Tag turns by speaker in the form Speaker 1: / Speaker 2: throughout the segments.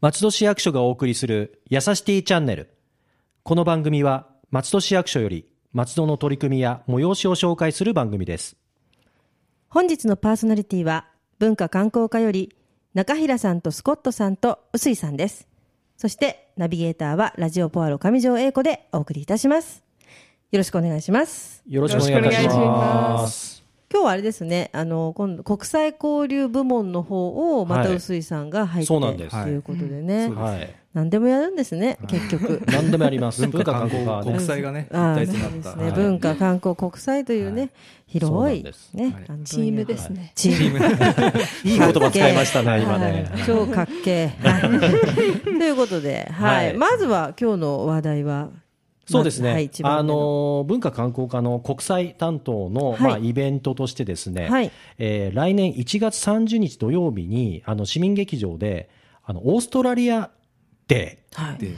Speaker 1: 松戸市役所がお送りするやさしティチャンネル。この番組は松戸市役所より松戸の取り組みや催しを紹介する番組です。
Speaker 2: 本日のパーソナリティは文化観光課より中平さんとスコットさんと臼井さんですそしてナビゲーターはラジオポアロ上条英子でお送りいたしますよろしくお願いします
Speaker 1: よろしくお願いいたし
Speaker 3: よろしくお願いし
Speaker 1: ま。
Speaker 3: ます
Speaker 2: 今日はあれですねあの今度国際交流部門の方をまた
Speaker 1: はい
Speaker 2: 臼井さんが入って、
Speaker 1: そう
Speaker 2: と
Speaker 1: ないんです
Speaker 2: うことでね、
Speaker 1: はい。
Speaker 2: 何でもやるんですね、結 局
Speaker 1: 何でもやります。文
Speaker 3: 文
Speaker 1: 化
Speaker 3: 化観
Speaker 1: 観光
Speaker 3: 光
Speaker 1: 課はね
Speaker 3: 国際がね、一
Speaker 2: ああ
Speaker 3: 体と
Speaker 2: そ
Speaker 3: なっ
Speaker 2: うです
Speaker 3: た
Speaker 2: ね、
Speaker 3: はい
Speaker 2: 文化観光国際というね、広
Speaker 1: そうなん
Speaker 2: い
Speaker 1: です
Speaker 2: ね、
Speaker 3: はい
Speaker 2: あの
Speaker 4: チームですね。
Speaker 2: チーム
Speaker 1: いい言葉使いましたね、今ね。
Speaker 2: はい超かっけえ。はい ということで、はい、
Speaker 1: はい
Speaker 2: まずは今日の話題は。
Speaker 1: そうです
Speaker 2: まずは
Speaker 1: ね
Speaker 2: い、一番
Speaker 1: あ
Speaker 2: 目の
Speaker 1: の文化観光課の国際担当の、
Speaker 2: はい
Speaker 1: まあ、イベントとしてですね、
Speaker 2: はい
Speaker 1: えー来年1月30日土曜日にあの市民劇場であのオーストラリアデ
Speaker 2: はい。
Speaker 3: で
Speaker 1: ー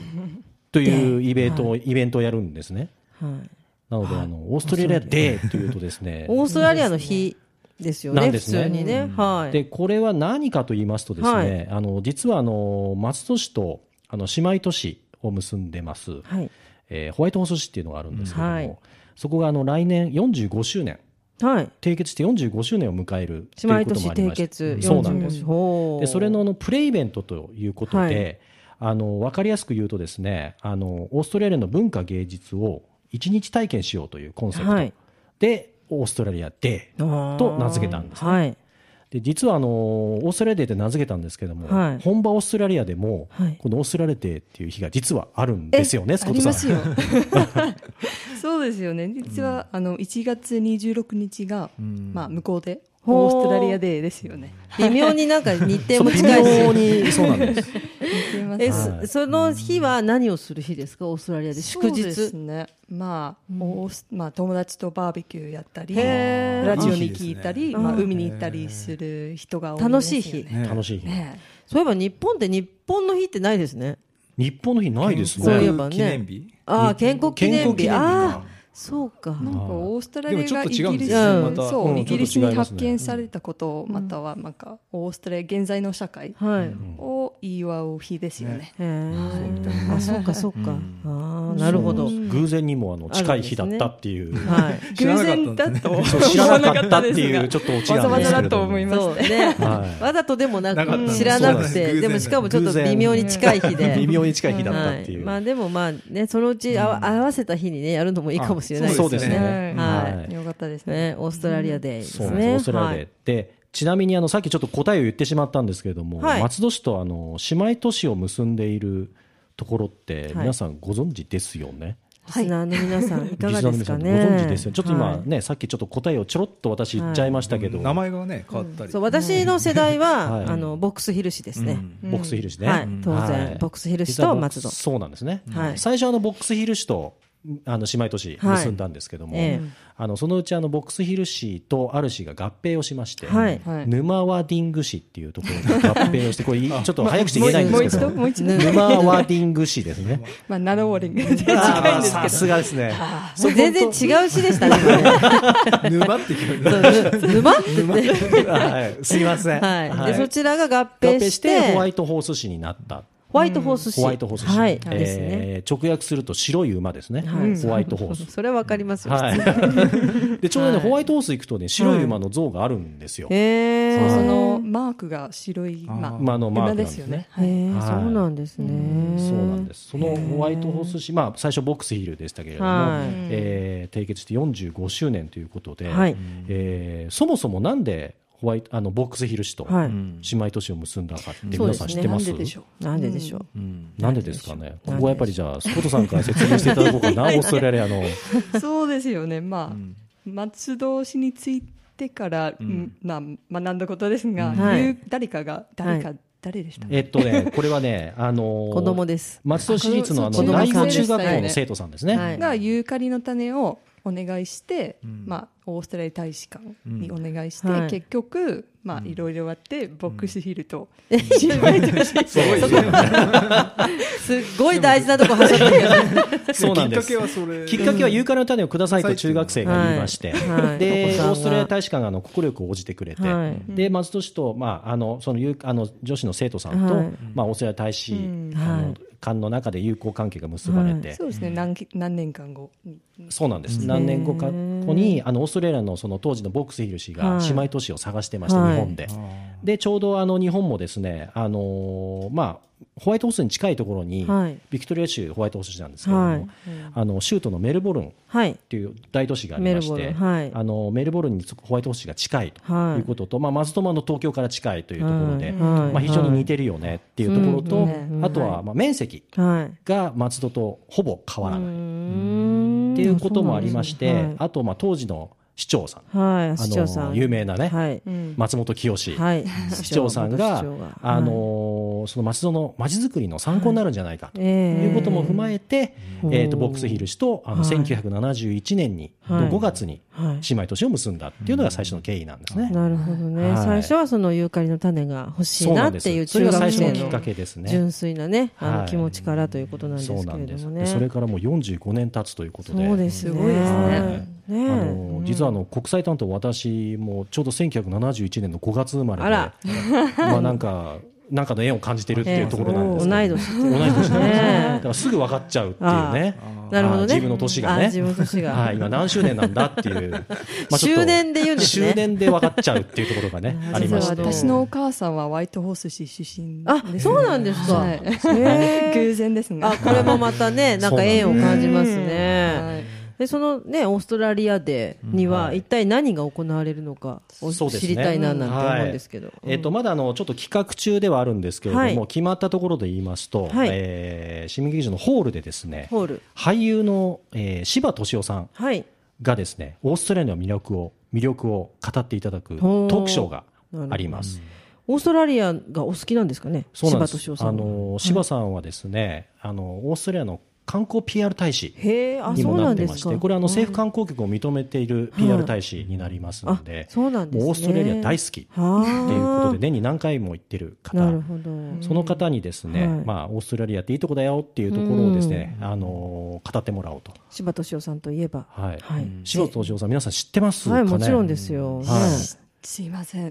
Speaker 1: という
Speaker 2: デー
Speaker 1: イベントを、イベントをやるんですね。
Speaker 2: はい
Speaker 1: なので、あのオーストラリアデーというとですね、
Speaker 2: オーストラリアの日ですよ
Speaker 1: な
Speaker 2: ね。
Speaker 1: んで
Speaker 2: 普
Speaker 1: すね
Speaker 2: 通にね。は い。
Speaker 1: でこれは何かと言いますとですね、
Speaker 2: はい
Speaker 1: あの実はあの松戸市とあの姉妹都市を結んでます、
Speaker 2: はい。
Speaker 1: えーホワイトホース市っていうのがあるんですけれども、
Speaker 2: うんはい
Speaker 1: そこがあの来年45周年
Speaker 2: はい。
Speaker 1: 締結して45周年を迎えると
Speaker 2: 姉
Speaker 1: い
Speaker 2: 妹
Speaker 1: うこ
Speaker 2: 都
Speaker 1: と
Speaker 2: 市
Speaker 1: もあり
Speaker 2: 締
Speaker 1: まして
Speaker 2: 結。
Speaker 1: そうなんです
Speaker 2: 45ほう
Speaker 1: でそれのあのプレイベントということで、
Speaker 2: はい
Speaker 1: あの分かりやすく言うとですねあのオーストラリアの文化芸術を一日体験しようというコンセプト
Speaker 2: はい
Speaker 1: で、オーストラリアでと名付けたんですね
Speaker 2: はい。
Speaker 1: で実はあのオーストラリアデーって名付けたんですけども、
Speaker 2: はい
Speaker 1: 本場オーストラリアでも、
Speaker 2: はい
Speaker 1: このオーストラリアデーっていう日が実はあるんですよねス
Speaker 4: あ
Speaker 1: コット
Speaker 4: り
Speaker 1: さん
Speaker 4: ますよ。 そうですよね。実は、あの1月26日が、
Speaker 3: ん
Speaker 4: まあ向こうで
Speaker 2: ほ
Speaker 4: オ
Speaker 2: う
Speaker 4: ーストラリアデーですよね。
Speaker 2: 微妙になんか日程
Speaker 1: そ
Speaker 2: も
Speaker 1: う
Speaker 2: 近い
Speaker 1: 微妙
Speaker 2: し。
Speaker 1: にそうなんです
Speaker 4: 似てます
Speaker 2: え、
Speaker 1: は
Speaker 2: そ
Speaker 1: い
Speaker 2: その日は何をする日ですかオーストラリアで祝
Speaker 4: そうです
Speaker 2: 日。
Speaker 4: ね。まあ、オースまあ友達とバーベキューやったり、
Speaker 2: へー
Speaker 4: ラジオに聞いた
Speaker 3: いい
Speaker 4: り、
Speaker 3: 日ですね
Speaker 4: まあ
Speaker 2: うん
Speaker 4: 海に行ったりする人が多い
Speaker 2: 楽しい日
Speaker 4: ですよね
Speaker 3: ね
Speaker 1: 楽しい日、
Speaker 4: ね
Speaker 2: そういえば日本って日本の日ってないですね。
Speaker 1: 日本の日ないです
Speaker 2: そういえ
Speaker 1: ね
Speaker 2: ばね
Speaker 3: 記念日
Speaker 2: ああ、建国記念日。
Speaker 3: 建国記念日
Speaker 2: あ
Speaker 3: が
Speaker 2: あ、そうか。
Speaker 4: なんかオーストラ
Speaker 3: で
Speaker 4: リ
Speaker 3: も
Speaker 4: ア
Speaker 3: ちょっ
Speaker 4: が
Speaker 3: と
Speaker 4: イ
Speaker 3: 違うん
Speaker 4: ギ
Speaker 3: で
Speaker 4: リ
Speaker 3: す
Speaker 4: ス、
Speaker 2: よねま
Speaker 1: た
Speaker 4: そう
Speaker 1: うん
Speaker 4: イギリスに
Speaker 1: ちょっと違います
Speaker 4: 発
Speaker 1: ね
Speaker 4: 見されたこと、またはなんかオーストラリア現在の社会
Speaker 2: はい。
Speaker 4: を祝う日ですよね。
Speaker 3: ね
Speaker 2: へえ。
Speaker 3: はい
Speaker 2: あ、そうか、そう
Speaker 3: う
Speaker 2: か。
Speaker 3: ん
Speaker 2: ああ、なるほど。
Speaker 4: うん
Speaker 1: 偶然にもあの近い日だったっていう、
Speaker 2: はい。
Speaker 3: 知ら
Speaker 4: 偶
Speaker 3: なかったんですね
Speaker 4: 然だと
Speaker 1: そう知らなかった っていうちょっとオチ
Speaker 4: わ
Speaker 1: が
Speaker 4: ざ
Speaker 1: あ
Speaker 4: わ
Speaker 1: るんです
Speaker 4: ざ
Speaker 1: け
Speaker 4: だ
Speaker 1: れ
Speaker 4: と
Speaker 1: ど
Speaker 4: 思い
Speaker 1: も
Speaker 4: ま
Speaker 2: そう
Speaker 4: すね。
Speaker 2: ね。
Speaker 1: はい
Speaker 2: わざとでもな
Speaker 3: なかった
Speaker 2: く知らなく
Speaker 3: そうなんで
Speaker 2: て、
Speaker 3: す
Speaker 2: でもしかもちょっと微妙に近い日
Speaker 1: 微
Speaker 2: で。
Speaker 1: 妙に近い日だった
Speaker 2: は
Speaker 1: って
Speaker 2: い。
Speaker 1: いう、
Speaker 2: まあでもまあね、そのうちあわ合わせた日にね、やるのもいいかもしれないです
Speaker 1: そ
Speaker 2: ね。
Speaker 1: うですね
Speaker 2: はい
Speaker 1: はい
Speaker 4: よかったですね。
Speaker 2: ね、オーストラリアデーです
Speaker 1: そうなんです、
Speaker 2: ね。
Speaker 1: オーストラリアで。
Speaker 2: はい
Speaker 1: でちなみにあのさっきちょっと答えを言ってしまったんですけれども、
Speaker 2: はい
Speaker 1: 松戸市とあの姉妹都市を結んでいるところって
Speaker 2: はい
Speaker 1: 皆さんご存知ですよね。
Speaker 2: リスナーの皆さん、いか
Speaker 1: リ
Speaker 2: が
Speaker 1: スナーの
Speaker 2: です
Speaker 1: 皆さ
Speaker 2: か
Speaker 1: ん
Speaker 2: ね。
Speaker 1: ご存知ですよね。ちょっと今
Speaker 2: はい
Speaker 1: ね、さっきちょっと答えをちょろっと私言っちゃいましたけど、
Speaker 3: 名前がね変わったり
Speaker 2: そう、私の世代は、
Speaker 1: はい
Speaker 2: あの、ボックスヒル氏ですね。
Speaker 3: うん
Speaker 1: ボックスヒル市ね。
Speaker 2: はい当然
Speaker 1: はい
Speaker 2: ボックスヒル市と
Speaker 1: 実はボックス
Speaker 2: 松戸
Speaker 1: そうなんですね。
Speaker 2: はい
Speaker 1: 最初あのボックスヒル市とあの姉妹都市結んだんですけども、
Speaker 2: はいええ
Speaker 1: あのそのうちあのボックスヒル市とある市が合併をしまして、
Speaker 2: はい
Speaker 4: はい
Speaker 1: 沼ワディング市っていうところ に合併をして、これいちょっと早口で言えないん
Speaker 4: もう
Speaker 1: で
Speaker 4: 一
Speaker 1: すけ
Speaker 4: 度、
Speaker 1: ど、
Speaker 4: もう一度。
Speaker 1: 沼ワディング市ですね。
Speaker 4: まあ、ナローリングで近いんです
Speaker 1: さすがですね。
Speaker 2: そう全然違う詩でし たね今
Speaker 3: 沼って
Speaker 2: ね。
Speaker 3: 聞こ
Speaker 2: そうぬ沼って言って。
Speaker 1: はい、すいません。
Speaker 2: はい。で、そちらが合
Speaker 1: 合
Speaker 2: 併
Speaker 1: 併
Speaker 2: し
Speaker 1: してホワ
Speaker 2: て、
Speaker 1: イトホース市になった。
Speaker 2: ホワイトホース氏。
Speaker 1: ホワイトホース市、
Speaker 2: はい。
Speaker 1: えー
Speaker 2: ですね。
Speaker 1: 直訳すると白い馬ですね、
Speaker 2: はい
Speaker 1: ホワイトホース。
Speaker 2: それはわかりますよ。
Speaker 1: はい、でちょうどね、
Speaker 2: はい
Speaker 1: ホワイトホース行くとね白い馬の像があるんですよ。
Speaker 2: へえ。
Speaker 4: そうそのマークが白い、まあ、
Speaker 3: あー
Speaker 1: 馬のマークなん
Speaker 4: 馬
Speaker 1: で
Speaker 4: ですす
Speaker 1: ね
Speaker 4: よね。
Speaker 2: へえ、
Speaker 1: はい
Speaker 2: そうなんですね。
Speaker 1: そうなんですそのホワイトホース市、まあ、最初ボックスヒルでしたけれども、
Speaker 2: はい
Speaker 1: えー締結して45周年ということで、
Speaker 2: はい
Speaker 1: えーそもそもなんでホワイトあのボックスヒル市と
Speaker 2: は
Speaker 3: え
Speaker 2: い
Speaker 3: る。。
Speaker 1: 姉妹都市を結んだかって
Speaker 2: そ
Speaker 1: 皆
Speaker 2: うで
Speaker 1: さ
Speaker 2: す
Speaker 1: ん知っ
Speaker 2: ね
Speaker 1: てます、
Speaker 4: なんででしょ
Speaker 2: なんででしょう。
Speaker 3: うん
Speaker 1: なんでですかね、
Speaker 2: なんででしょう
Speaker 1: ここはやっぱりじゃあ、スコトさんから説明していただこうか な、オーストラリアの、
Speaker 4: う。そうですよね。まあ、
Speaker 3: ん
Speaker 4: 松戸市についてから、
Speaker 3: ん
Speaker 4: まあ、学んだことですが、
Speaker 2: はい
Speaker 4: ゆう誰かが、誰か、
Speaker 2: は
Speaker 4: 誰でした
Speaker 1: えっとね、これはね、あのー
Speaker 2: 子供です。
Speaker 1: 松戸市立のあの
Speaker 2: 子供
Speaker 1: 第
Speaker 2: さん
Speaker 1: 五
Speaker 2: です
Speaker 1: 中学校
Speaker 2: はい
Speaker 1: の生徒さんですね、
Speaker 2: はい
Speaker 4: がユーカリの種をお願いして、
Speaker 3: うん
Speaker 4: まあ、オーストラリア大使館にお願いして、
Speaker 2: うんはい
Speaker 4: 結局、まあ
Speaker 3: うん
Speaker 4: いろいろやってボックスヒルと、
Speaker 3: すごいですね。
Speaker 2: すっごい大事なとこ走ってるよね。
Speaker 1: そうなんです
Speaker 3: きっかけはそれ。
Speaker 1: きっかけは「有価の種をください」と中学生が言いまして、
Speaker 2: はいはいお子
Speaker 1: で
Speaker 2: さん
Speaker 1: オ
Speaker 2: が
Speaker 1: ーストラリア大使館があの快く応じてくれて、
Speaker 2: はい
Speaker 1: で松戸市と、まあ、あのその有あの女子の生徒さんと、
Speaker 2: はい
Speaker 1: まあ、オーストラリア大使、
Speaker 4: うん
Speaker 1: あ
Speaker 2: は
Speaker 1: の
Speaker 2: い
Speaker 1: 間の中で友好関係が結ばれて、
Speaker 4: そうですね、何き何年間後に
Speaker 1: そうなんです、
Speaker 2: うん
Speaker 1: 何年後か
Speaker 2: へ
Speaker 1: 後
Speaker 2: ー
Speaker 1: にあのオーストラリアのその当時のボックスヒル氏が
Speaker 2: はい
Speaker 1: 姉妹都市を探してました、
Speaker 2: はい
Speaker 1: 日本で。でちょうどあの日本もですね、あのーまあ、ホワイトホースに近いところに、
Speaker 2: はい
Speaker 1: ビクトリア州ホワイトホース市なんですけれども、
Speaker 2: はい
Speaker 1: あの州都のメルボルンっ
Speaker 2: はい。
Speaker 1: ていう大都市がありまして
Speaker 2: メルボルンはい
Speaker 1: あのメルボルンにホワイトホース市が近いと
Speaker 2: はい
Speaker 1: いうことと、まあ、松戸もあの東京から近いというところで、
Speaker 2: はい
Speaker 1: まあ、非常に似てるよねっていうところと、
Speaker 4: はいうん
Speaker 1: あとはまあ面積
Speaker 2: はい。
Speaker 1: が松戸とほぼ変わらない。っ
Speaker 2: っ
Speaker 1: ていうこともありまして、
Speaker 2: は
Speaker 1: あとまあ当時の市長さん、
Speaker 2: いはい、
Speaker 1: あ
Speaker 2: 市長さ
Speaker 1: の
Speaker 2: ん。
Speaker 1: 有名なね、
Speaker 2: はい。
Speaker 4: うん
Speaker 1: 松本清志、
Speaker 2: はい。
Speaker 1: 市長さんが、あ、のーその松戸のまちづくりの参考になるんじゃないかとい
Speaker 2: いう
Speaker 1: ことも踏まえて、
Speaker 2: えー
Speaker 1: えー、とボックスヒル氏とあの
Speaker 2: はい
Speaker 1: 1971年に、
Speaker 2: はい
Speaker 1: 5月に
Speaker 2: はい。
Speaker 1: 姉妹都市を結んだっていうのが最初の経緯なんですね。
Speaker 2: なるほどね、
Speaker 1: はい
Speaker 2: 最初はそのユーカリの種が欲しい
Speaker 1: そうな
Speaker 2: なん
Speaker 1: で
Speaker 2: っ
Speaker 1: す
Speaker 2: ていう
Speaker 1: それ
Speaker 2: 中
Speaker 1: が最
Speaker 2: 学
Speaker 1: 初の
Speaker 2: 生
Speaker 1: きっか
Speaker 2: の
Speaker 1: けですね。
Speaker 2: 純粋なね、あ
Speaker 1: は
Speaker 2: の
Speaker 1: い
Speaker 2: 気持ちからということなんですけ
Speaker 1: そ
Speaker 2: れ
Speaker 1: う
Speaker 2: ど
Speaker 1: なんです。
Speaker 2: も
Speaker 1: で
Speaker 2: ね。
Speaker 1: それからもう45年経つということで、
Speaker 2: そうですね。
Speaker 4: すごいですね
Speaker 2: はいねえ
Speaker 1: あの実はあの国際担当私もちょうど1971年の5月生まれで
Speaker 2: あら
Speaker 1: まあなんかなんかの縁を感じてるっていうところなんですけど、
Speaker 2: ええ同い 年っていう
Speaker 1: 同い年なんです
Speaker 2: ねえ
Speaker 1: だからすぐ分かっちゃうっていうね
Speaker 3: あ
Speaker 2: なるほどね。
Speaker 1: 自分の年が
Speaker 2: あ
Speaker 1: ね
Speaker 2: 自分の年が。
Speaker 1: はい今何周年なんだって いう、まあちょっと
Speaker 2: 終電で言うんですね。
Speaker 1: 終電で分かっちゃうっていうところがねありまし
Speaker 2: 実
Speaker 1: て
Speaker 2: は
Speaker 4: 私のお母さんはワイトホース市出身
Speaker 2: あ、そうなんですか。
Speaker 4: はい
Speaker 2: へえ
Speaker 4: 偶然ですね
Speaker 2: あ、これもまた ね、なんか縁を感じますね。
Speaker 4: はい
Speaker 2: で、そのね、オーストラリアでに
Speaker 1: う
Speaker 2: は、
Speaker 1: ん
Speaker 2: 一体何が行われるのかを
Speaker 1: そうですね
Speaker 2: 知りたいななんて思うんですけど。
Speaker 1: えっとまだあのちょっと企画中ではあるんですけれども、
Speaker 2: はい
Speaker 1: 決まったところで言いますと、
Speaker 2: はい
Speaker 1: えー市民劇場のホールでですね
Speaker 2: ホール。
Speaker 1: 俳優の、えー、柴敏夫さん
Speaker 2: はい。
Speaker 1: がですねオーストラリアの魅力を魅力を語っていただくトークショーがあります。
Speaker 2: オーストラリアがお好きなんですかね。
Speaker 1: そうなん
Speaker 2: 柴
Speaker 1: です
Speaker 2: 敏夫。さ
Speaker 1: あ
Speaker 2: んは。
Speaker 1: の柴さんはですね、あのオーストラリアの観光 PR 大使
Speaker 2: へえ、あ、
Speaker 1: に
Speaker 2: そ
Speaker 1: も
Speaker 2: う
Speaker 1: な
Speaker 2: な
Speaker 1: っ
Speaker 2: ん
Speaker 1: て
Speaker 2: で
Speaker 1: まし
Speaker 2: す
Speaker 1: て、
Speaker 2: か。
Speaker 1: これあの政府観光局を認めている PR 大使になりますので、
Speaker 2: そうなんですね。
Speaker 1: もうオーストラリア大好きって
Speaker 2: はあ
Speaker 1: いうことで年に何回も行ってる
Speaker 2: なる
Speaker 1: 方。
Speaker 2: ほど。
Speaker 1: その方にですね、
Speaker 2: はい
Speaker 1: まあオーストラリアっていいとこだよっていうところをですね、あの語ってもらおうと。
Speaker 2: 柴敏夫さんといえば。
Speaker 1: はい。
Speaker 2: はい。
Speaker 1: 柴田敏夫さん皆さん知ってますか
Speaker 2: は
Speaker 1: ね。
Speaker 2: い、もちろんですよ。ね
Speaker 1: はい
Speaker 4: すいません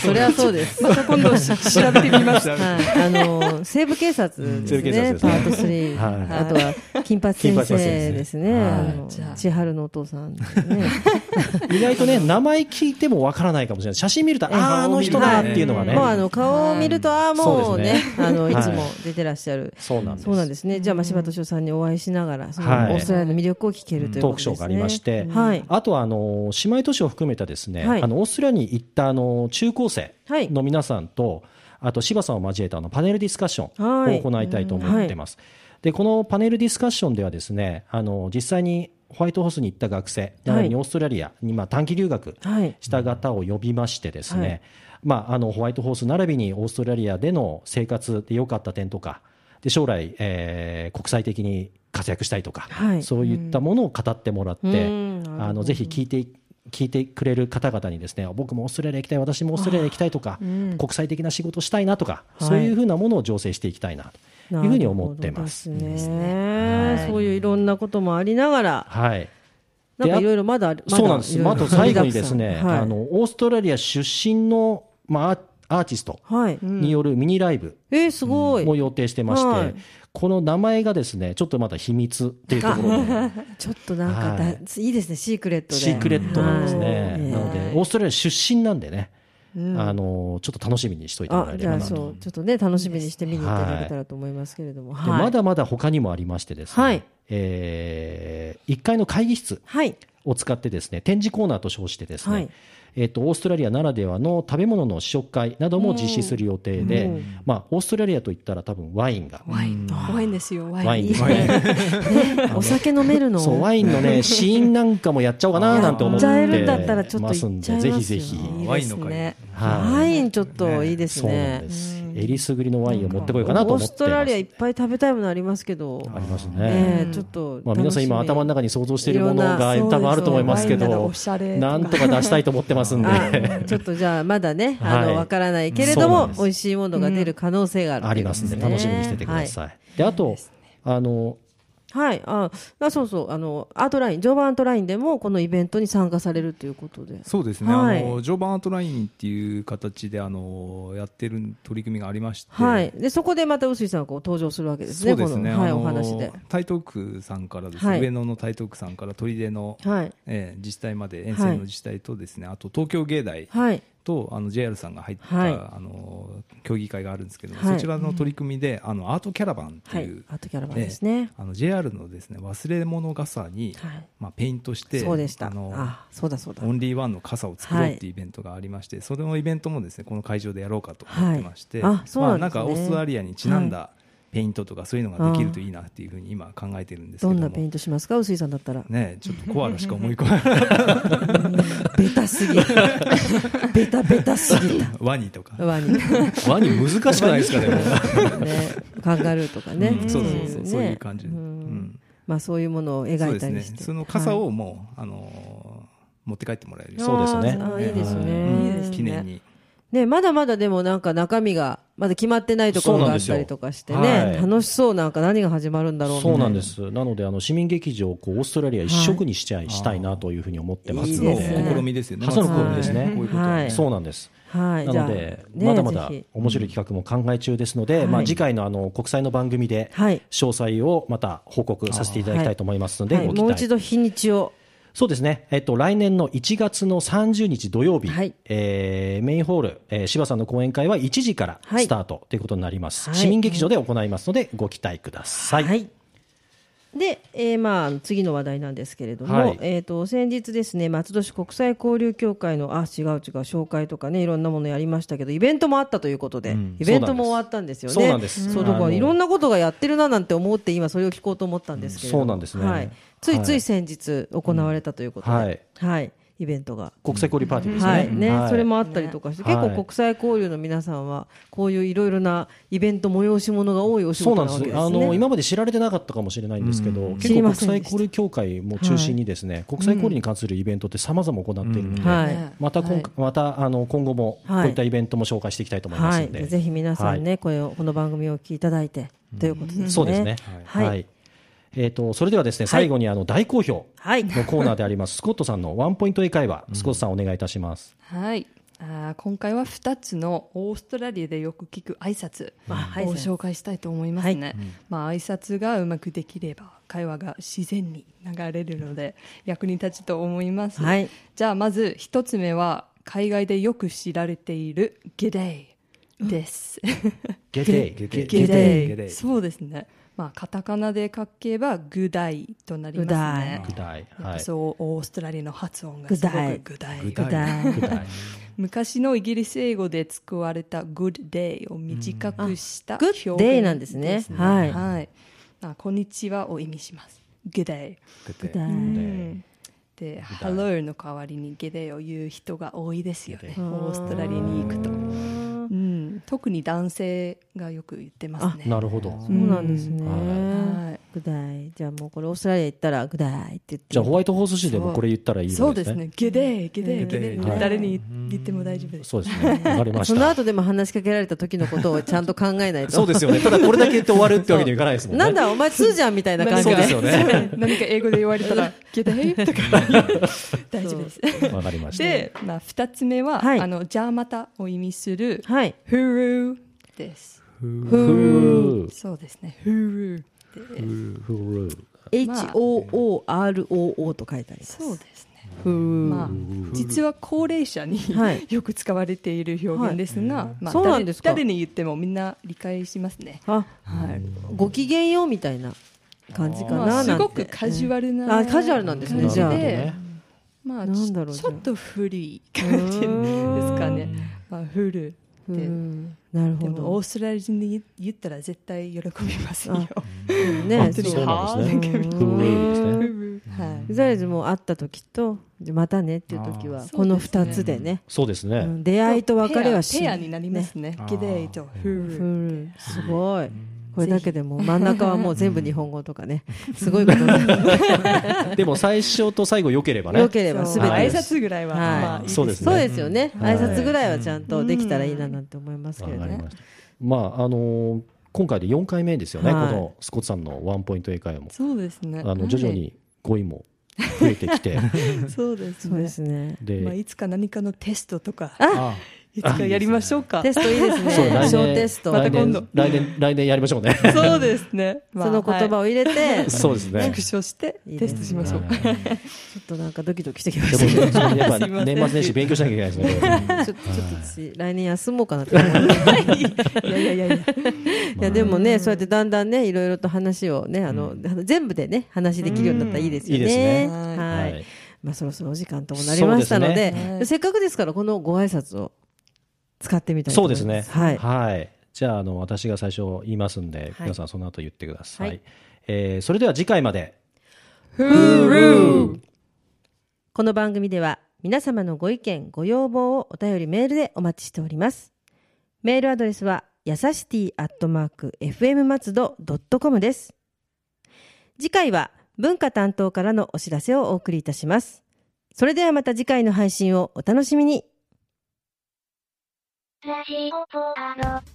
Speaker 2: そりゃそ うです。
Speaker 4: また今度調べてみます
Speaker 2: はい、あのー西部警察で
Speaker 1: 西部警
Speaker 2: す
Speaker 1: 察
Speaker 2: ね、
Speaker 1: です
Speaker 2: パ
Speaker 1: ね
Speaker 2: ート3、
Speaker 1: はい
Speaker 2: あとは金八先生です
Speaker 1: 金八
Speaker 2: ね、
Speaker 1: 先
Speaker 2: あ
Speaker 1: 生ですね
Speaker 2: の
Speaker 4: はいじゃあ
Speaker 2: 千春のお父さんですね、
Speaker 1: 意外とね、名前聞いてもわからないかもしれない。写真 見ると、ああー、あの人だっていうのがね。
Speaker 2: もうあの顔を見ると、ああ、もうね、あのい
Speaker 1: はい
Speaker 2: つも出てらっしゃる、
Speaker 1: そうなんです。
Speaker 2: そうなんですね、じゃあ、まあ柴敏夫さんにお会いしながら、そのオ
Speaker 1: はい
Speaker 2: ーストラリアの魅力を聞けるという
Speaker 1: ト
Speaker 2: こ
Speaker 1: ーク
Speaker 2: とです
Speaker 1: シ
Speaker 2: ね。
Speaker 1: ョーがありまして、
Speaker 2: はい、
Speaker 1: あとはあの姉妹都市を含めたですね、
Speaker 2: はい
Speaker 1: あのオーストラリアに行ったあの中高生
Speaker 2: はい
Speaker 1: の皆さんと、あと柴さんを交えたあのパネルディスカッショ
Speaker 2: はい
Speaker 1: ンを行いたいと思ってます。でこのパネルディスカッションではですね、あの実際にホワイトホースに行った学生、
Speaker 2: はい
Speaker 1: さらにオーストラリアにまあ短期留学
Speaker 2: はい、
Speaker 1: した方を呼びましてですね、
Speaker 2: はい
Speaker 1: まあ、あのホワイトホース並びにオーストラリアでの生活で良かった点とかで将来、えー国際的に活躍したいとか、
Speaker 2: はい
Speaker 1: そういったものを語ってもらっ
Speaker 2: う
Speaker 1: て、
Speaker 2: んなるほど
Speaker 1: あのぜひ聞いて聞いてくれる方々にですね僕もオーストラリア行きたい私もオーストラリア行きたいとか、国際的な仕事したいなとか、
Speaker 2: はい
Speaker 1: そういうふうなものを醸成していきたいなというふうに思ってます。
Speaker 2: なるほどですねそういういろんなこともありながら、
Speaker 1: はい、
Speaker 2: なん
Speaker 1: で
Speaker 2: かいろいろまだある、まだ
Speaker 1: そうなんです。
Speaker 2: いろ
Speaker 1: まあ
Speaker 2: い
Speaker 1: あ
Speaker 2: ろ
Speaker 1: と最後にですね、
Speaker 2: はい
Speaker 1: あのオーストラリア出身のまあアアーティスト
Speaker 2: はい。
Speaker 1: によるミニライブ
Speaker 2: えー、すごい。
Speaker 1: も予定してまして、
Speaker 2: はい
Speaker 1: この名前がですね、ちょっとまだ秘密っていうとこ ろで、
Speaker 2: ちょっとなんかだ、、
Speaker 1: はい
Speaker 2: いですね、シークレットで。
Speaker 1: シークレットなんですね。
Speaker 2: はい
Speaker 1: なので、オーストラリア出身なんでね、あのちょっと楽しみにしといてもら
Speaker 2: あ
Speaker 1: え
Speaker 2: じ
Speaker 1: れ
Speaker 2: ゃ
Speaker 1: ば
Speaker 2: あ
Speaker 1: なと。
Speaker 2: そうちょっとね楽しみにして見に行っていただけたらと思いますけれども、
Speaker 1: で
Speaker 2: はい、
Speaker 1: まだまだ他にもありましてですね、
Speaker 2: はい
Speaker 1: え1階の会議室
Speaker 2: はい
Speaker 1: を使ってですね展示コーナーと称してですね、
Speaker 2: はい
Speaker 1: えっとオーストラリアならではの食べ物の試食会なども実施する予定で、まあ、オーストラリアといったら多分ワインが。
Speaker 4: ワインワインですよワイン
Speaker 1: ワインですね
Speaker 2: お酒飲めるの
Speaker 1: そうワインの ね試飲なんかもやっちゃおうかななんて思って
Speaker 2: やっちゃえるんだったらちょっと
Speaker 1: ますん
Speaker 2: 行っちゃい
Speaker 1: で
Speaker 2: ます
Speaker 1: ぜ
Speaker 2: よ
Speaker 1: ひぜひ
Speaker 2: いいですね
Speaker 3: ワインの会
Speaker 1: は
Speaker 2: ワインちょっといいで
Speaker 1: い
Speaker 2: す
Speaker 1: そうなん
Speaker 2: ね
Speaker 1: です
Speaker 4: ん
Speaker 1: えりすぐりのワインを持ってこようかなと
Speaker 2: オー
Speaker 1: 思っ
Speaker 2: ス
Speaker 1: て
Speaker 2: トラ
Speaker 1: ます
Speaker 2: リアいっぱい食べたいものありますけど、
Speaker 1: ありますね。
Speaker 2: ええちょっと
Speaker 1: まあ、皆さん今頭の
Speaker 2: 中
Speaker 1: 中に想像しているものが
Speaker 2: いろんな
Speaker 1: 多分あると思いますけ
Speaker 4: ワインなら
Speaker 1: ど
Speaker 4: おしゃれとか
Speaker 1: なんとか出したいと思ってますんで あ
Speaker 2: ちょっとじゃあまだねあの、
Speaker 1: はい
Speaker 2: わからないけれども美味しいものが出る可能性があるとい
Speaker 1: り
Speaker 2: うこ
Speaker 1: ま
Speaker 2: と
Speaker 1: すんで楽しみにしててください。であとあの
Speaker 2: はい、ああそうそうあのアートライン常磐アートラインでもこのイベントに参加されるということで
Speaker 5: そうですね、
Speaker 2: はい
Speaker 5: あの常磐アートラインっていう形であのやってる取り組みがありまして、
Speaker 2: はい、でそこでまた臼井さんがこう登場するわけですね
Speaker 5: そうですね、
Speaker 2: この、はい
Speaker 5: あの
Speaker 2: お話で
Speaker 5: 台東区さんからですね、
Speaker 2: はい
Speaker 5: 上野の台東区さんから取出の、
Speaker 2: はい
Speaker 5: えー自治体まで沿線の自治体とですね、あと東京芸大
Speaker 2: はい
Speaker 5: とあの JR さんが入った、
Speaker 2: はい
Speaker 5: あの協議会があるんですけども、
Speaker 2: はい
Speaker 5: そちらの取り組みで、あのアートキャラバンって、
Speaker 2: はいいうアートキャラバンですね
Speaker 5: あの JR のですね忘れ物傘に、
Speaker 2: はい
Speaker 5: まあ、ペイントして
Speaker 2: そうでした
Speaker 5: あの
Speaker 2: あそうだそうだ
Speaker 5: オンリーワンの傘を作ろう
Speaker 2: はい
Speaker 5: っていうイベントがありまして、それのイベントもですねこの会場でやろうかと思ってまして、
Speaker 2: はいあそうなんですね
Speaker 5: まあ、なんかオーストラリアにちなんだペイントとかそういうのができるといいなっていうふうに今考えてるんですけ
Speaker 2: ど
Speaker 5: ども
Speaker 2: んなペイントしますか臼井さんだった ら
Speaker 5: ねちょっとコアラしか思い 浮かばない
Speaker 2: ベタす ぎベタベタすぎた
Speaker 5: ワニとか
Speaker 2: ワニね
Speaker 1: ワニ難しくないですかね
Speaker 2: カンガルーとかね、
Speaker 5: うんそうそうそう
Speaker 2: ね
Speaker 5: そういう感じ
Speaker 2: う
Speaker 5: うんん
Speaker 2: まあそういうものを
Speaker 5: そう
Speaker 2: 描い
Speaker 5: で
Speaker 2: た
Speaker 5: す
Speaker 2: り
Speaker 5: ね
Speaker 2: して
Speaker 5: その傘
Speaker 2: はい
Speaker 5: をもう、あのー持って帰ってもらえるよ
Speaker 1: そうですね
Speaker 2: あーあーいいですね、
Speaker 5: うん
Speaker 2: いいですね
Speaker 5: 記念に
Speaker 2: ね、まだまだでもなんか中身がまだ決まってないところ
Speaker 1: そう
Speaker 2: が
Speaker 1: なんで
Speaker 2: あっ
Speaker 1: すよ
Speaker 2: たりとかしてね、
Speaker 1: はい
Speaker 2: 楽しそうなんか何が始まるんだろうみたい
Speaker 1: そうなんですなのであの市民劇場をこうオーストラリア一色にしちゃい、したいなというふうに思ってます
Speaker 5: 初
Speaker 1: の
Speaker 5: の
Speaker 1: で
Speaker 2: いいですね
Speaker 5: 試みですよね
Speaker 1: 初の試みですね
Speaker 5: まずこういうことは
Speaker 2: はい
Speaker 1: そうなんです
Speaker 2: はい、
Speaker 1: な
Speaker 2: じゃ
Speaker 1: の
Speaker 2: あ、
Speaker 1: で
Speaker 2: ね、、
Speaker 1: まだまだ
Speaker 2: ぜひ
Speaker 1: 面白い企画も考え中ですので、
Speaker 2: はい
Speaker 1: まあ、次回のあの国際の番組で
Speaker 2: はい
Speaker 1: 詳細をまた報告させていただきたいと思いますので、
Speaker 2: はい、
Speaker 1: ご期
Speaker 2: もう
Speaker 1: 待
Speaker 2: 一度日にちを、
Speaker 1: そうですね、えっと、来年の1月の30日土曜日、
Speaker 2: はい
Speaker 1: えーメインホール、えー柴さんの講演会は1時から
Speaker 2: はい
Speaker 1: スタートということになります、
Speaker 2: はい
Speaker 1: 市民劇場で行いますので、ご期待ください。
Speaker 2: で、えーまあ、次の話題なんですけれども、
Speaker 1: はい
Speaker 2: えー、と先日ですね松戸市国際交流協会のあ違う違う紹介とかねいろんなものやりましたけどイベントもあったということで、イベントも終わったんですよね
Speaker 1: そうなんです
Speaker 2: そう
Speaker 1: うん
Speaker 2: だか
Speaker 1: あ
Speaker 2: ら
Speaker 1: の
Speaker 2: いろんなことがやってるななんて思って今それを聞こうと思ったんですけれども
Speaker 1: そうなんですね
Speaker 2: はい、ついつ
Speaker 1: はい
Speaker 2: い先日行われたということで、
Speaker 1: うん
Speaker 2: は
Speaker 1: はいい
Speaker 2: イベントが。
Speaker 1: 国際交流パーティーですね。
Speaker 2: はいね
Speaker 1: はい
Speaker 2: それもあったりとかして、
Speaker 1: はい
Speaker 2: 結構国際交流の皆さんはこういういろいろなイベント催し物が多いお仕
Speaker 1: そう
Speaker 2: 事な
Speaker 1: なん
Speaker 2: わけです
Speaker 1: です
Speaker 2: ね。
Speaker 1: あの今まで知られてなかったかもしれないんですけど、結
Speaker 2: 知り
Speaker 1: 構
Speaker 2: ま
Speaker 1: 国
Speaker 2: せんでした
Speaker 1: 際交流協会も中心にですね、国際交流に関するイベントってさまざま行っているので、
Speaker 2: はい
Speaker 1: また今回、またあの今後もこ
Speaker 2: はいう
Speaker 1: いったイベントも紹介していきたいと思いますので、
Speaker 2: はい、ぜひ皆さんね、これをこの番組をお聞きいただいて、ということですね。
Speaker 1: そうですね。
Speaker 2: はい。はい
Speaker 1: えっ、と、それではですね、最後にあの大好評のコーナーであります、スコットさんのワンポイント英会話、スコットさんお願いいたします。
Speaker 4: はい。あー今回は2つのオーストラリアでよく聞く挨拶
Speaker 2: あ
Speaker 4: を
Speaker 2: 挨拶
Speaker 4: 紹介したいと思いますね。まあ挨拶がうまくできれば会話が自然に流れるので役に立つと思います。
Speaker 2: はい
Speaker 4: じゃあまず1つ目は海外でよく知られている G'day です。
Speaker 1: ゲテイ、
Speaker 5: ゲ
Speaker 4: ゲデイ
Speaker 5: ゲデイ
Speaker 4: そうですね。まあカタカナで書けばグダイとなりますね。
Speaker 1: グダイ、
Speaker 4: やっ
Speaker 1: は
Speaker 4: ぱ
Speaker 1: い。
Speaker 4: そうオーストラリアの発音がすごくグダイ。
Speaker 5: グ
Speaker 2: グダイ
Speaker 1: グダイ
Speaker 4: 昔のイギリス英語で使われた Good Day を短くした
Speaker 2: あ Good
Speaker 4: 表現
Speaker 2: day なんですねはい
Speaker 4: はいあこんにちはを意味します。Good Day。
Speaker 5: ゲデイ
Speaker 2: だ
Speaker 4: うんで、Hello の代わりに Good Day を言う人が多いですよね。オーストラリアに行くと。うん、特に男性がよく言ってますね。
Speaker 1: なるほど。
Speaker 2: そうなんですね。
Speaker 4: はい
Speaker 2: グダイ、じゃあもうこれオーストラリア行ったらグダイって言って。
Speaker 1: じゃあホワイトホース市でもこれ言ったらいいわ
Speaker 4: そう
Speaker 1: けで
Speaker 4: で
Speaker 1: すすね。
Speaker 4: ね。Good Day、Good
Speaker 1: Good
Speaker 4: Day、Good Day。
Speaker 1: day
Speaker 4: 誰に言っても大丈夫です。
Speaker 1: そうですね。わかりまし
Speaker 2: その
Speaker 1: た。
Speaker 2: 後でも話しかけられた時のことをちゃんと考えないと。
Speaker 1: そうですよね。ただこれだけ言って終わるってわけにはいかないですもんね。
Speaker 2: なんだお前通じゃんみたいな感じ
Speaker 1: そうですよね。
Speaker 4: 何か英語で言われ たら、Good Day とか大丈夫です。
Speaker 1: わかりました。
Speaker 4: で、まあ、二つ目は、
Speaker 2: はい
Speaker 4: あの、じゃあまたを意味する、
Speaker 2: はい。
Speaker 4: ふるです。
Speaker 1: ふー
Speaker 4: そうですね、ふる
Speaker 1: ふー
Speaker 2: H-O-O-R-O-O と書いてあります。
Speaker 4: そうですね。
Speaker 2: ふー
Speaker 4: まあ、実は高齢者に、
Speaker 2: はい
Speaker 4: よく使われている表現ですが、まあ、
Speaker 2: そうなん
Speaker 4: 誰
Speaker 2: ですか
Speaker 4: 誰に言ってもみんな理解しますね。
Speaker 2: あ、
Speaker 4: はい。
Speaker 2: ごきげんようみたいな感じかな
Speaker 4: ま
Speaker 2: な
Speaker 4: あ、
Speaker 2: んて。
Speaker 4: すごくカジュアル
Speaker 2: うん
Speaker 4: な。
Speaker 2: あカジュアルなんですね
Speaker 4: 感
Speaker 2: じゃあ
Speaker 4: でまあ、ち
Speaker 2: なんだろう
Speaker 4: ちょっと古い感じですかね。まあ、フル
Speaker 2: う
Speaker 4: で。
Speaker 2: んなる
Speaker 4: で
Speaker 2: ほど。
Speaker 4: もオーストラリア人に言ったら絶対喜びますよ。
Speaker 2: ね、
Speaker 1: そう
Speaker 2: そう
Speaker 1: なんですね。
Speaker 4: は
Speaker 1: ふーですね。
Speaker 4: フル
Speaker 2: はい、とりあえずもう会った時とじゃあまたねっていう時はこの2つでね
Speaker 1: そうですね
Speaker 2: ん出会いと別れは
Speaker 4: ペアペアになりますね。ギデイとフ
Speaker 2: フ
Speaker 4: ール。
Speaker 2: ルすごいこれだけでもう真ん中はもう全部日本語とかねすごいことになる
Speaker 1: でも最初と最後良ければね
Speaker 2: 良ければ
Speaker 4: そう
Speaker 2: 全て
Speaker 1: はい
Speaker 4: 挨拶ぐらいは、
Speaker 2: はい
Speaker 4: まあいいです
Speaker 1: そうですね
Speaker 2: そうですよね、
Speaker 1: はい
Speaker 2: 挨拶ぐらいはちゃんとできたらいいななんて思いますけ
Speaker 1: わ
Speaker 2: ど
Speaker 1: かり
Speaker 2: ね。
Speaker 1: ましたまああのー今回で4回目ですよね、
Speaker 2: はい
Speaker 1: このスコットさんのワンポイント英会話も
Speaker 4: そうですね。
Speaker 1: あの徐々に語彙も増えてきて
Speaker 4: はい。そうです
Speaker 2: そう
Speaker 4: ね
Speaker 2: で。すね。
Speaker 1: で、
Speaker 4: まあいつか何かのテストとか
Speaker 5: あ
Speaker 4: いつかやりましょうか。
Speaker 2: テストいいです
Speaker 1: そう来
Speaker 2: ね。
Speaker 1: 年
Speaker 2: 小テスト。
Speaker 4: また
Speaker 1: 来
Speaker 4: 今
Speaker 1: 年
Speaker 4: 度
Speaker 1: 来年来年やりましょうね
Speaker 4: そうですね。まあ
Speaker 2: その言葉
Speaker 4: は
Speaker 2: を入れて、
Speaker 1: い
Speaker 2: ちょ
Speaker 1: そうです
Speaker 4: い
Speaker 1: ね
Speaker 4: 復唱して
Speaker 2: いいで
Speaker 4: テ
Speaker 2: す
Speaker 4: ス
Speaker 2: ね
Speaker 4: トしましょうか。
Speaker 2: っとなんかドキドキしてきま
Speaker 1: で
Speaker 2: し
Speaker 1: もそうやっぱ
Speaker 4: すいません
Speaker 1: 年末年始勉強しなきゃいけないですね。
Speaker 2: た。ちょっとちょっと私来年休もうかな って思う。
Speaker 4: いやいやいやいや。
Speaker 2: いやでもね、そうやってだんだんね、いろいろと話をね、あの全部でね、話できるようになったらいいですよ
Speaker 1: うんいい
Speaker 2: ね。
Speaker 1: です
Speaker 4: ね
Speaker 2: は
Speaker 1: はい
Speaker 2: い。まあそろそろお時間ともなりましたの
Speaker 1: そうで
Speaker 2: です
Speaker 4: ね、
Speaker 2: せっかくですからこのご挨拶を使ってみたいと
Speaker 1: そう
Speaker 2: 思
Speaker 1: で
Speaker 2: います。
Speaker 1: すね。
Speaker 2: はい。
Speaker 1: じゃあ、あの、私が最初言いますんで、皆さんその後言ってください。
Speaker 2: はい
Speaker 1: えーそれでは次回まで。
Speaker 2: この番組では皆様のご意見ご要望をお便りメールでお待ちしておりますメールアドレスはやさしティアットマーク FM 松戸ドットコムです次回は文化担当からのお知らせをお送りいたしますそれではまた次回の配信をお楽しみに
Speaker 6: ラジオポアド。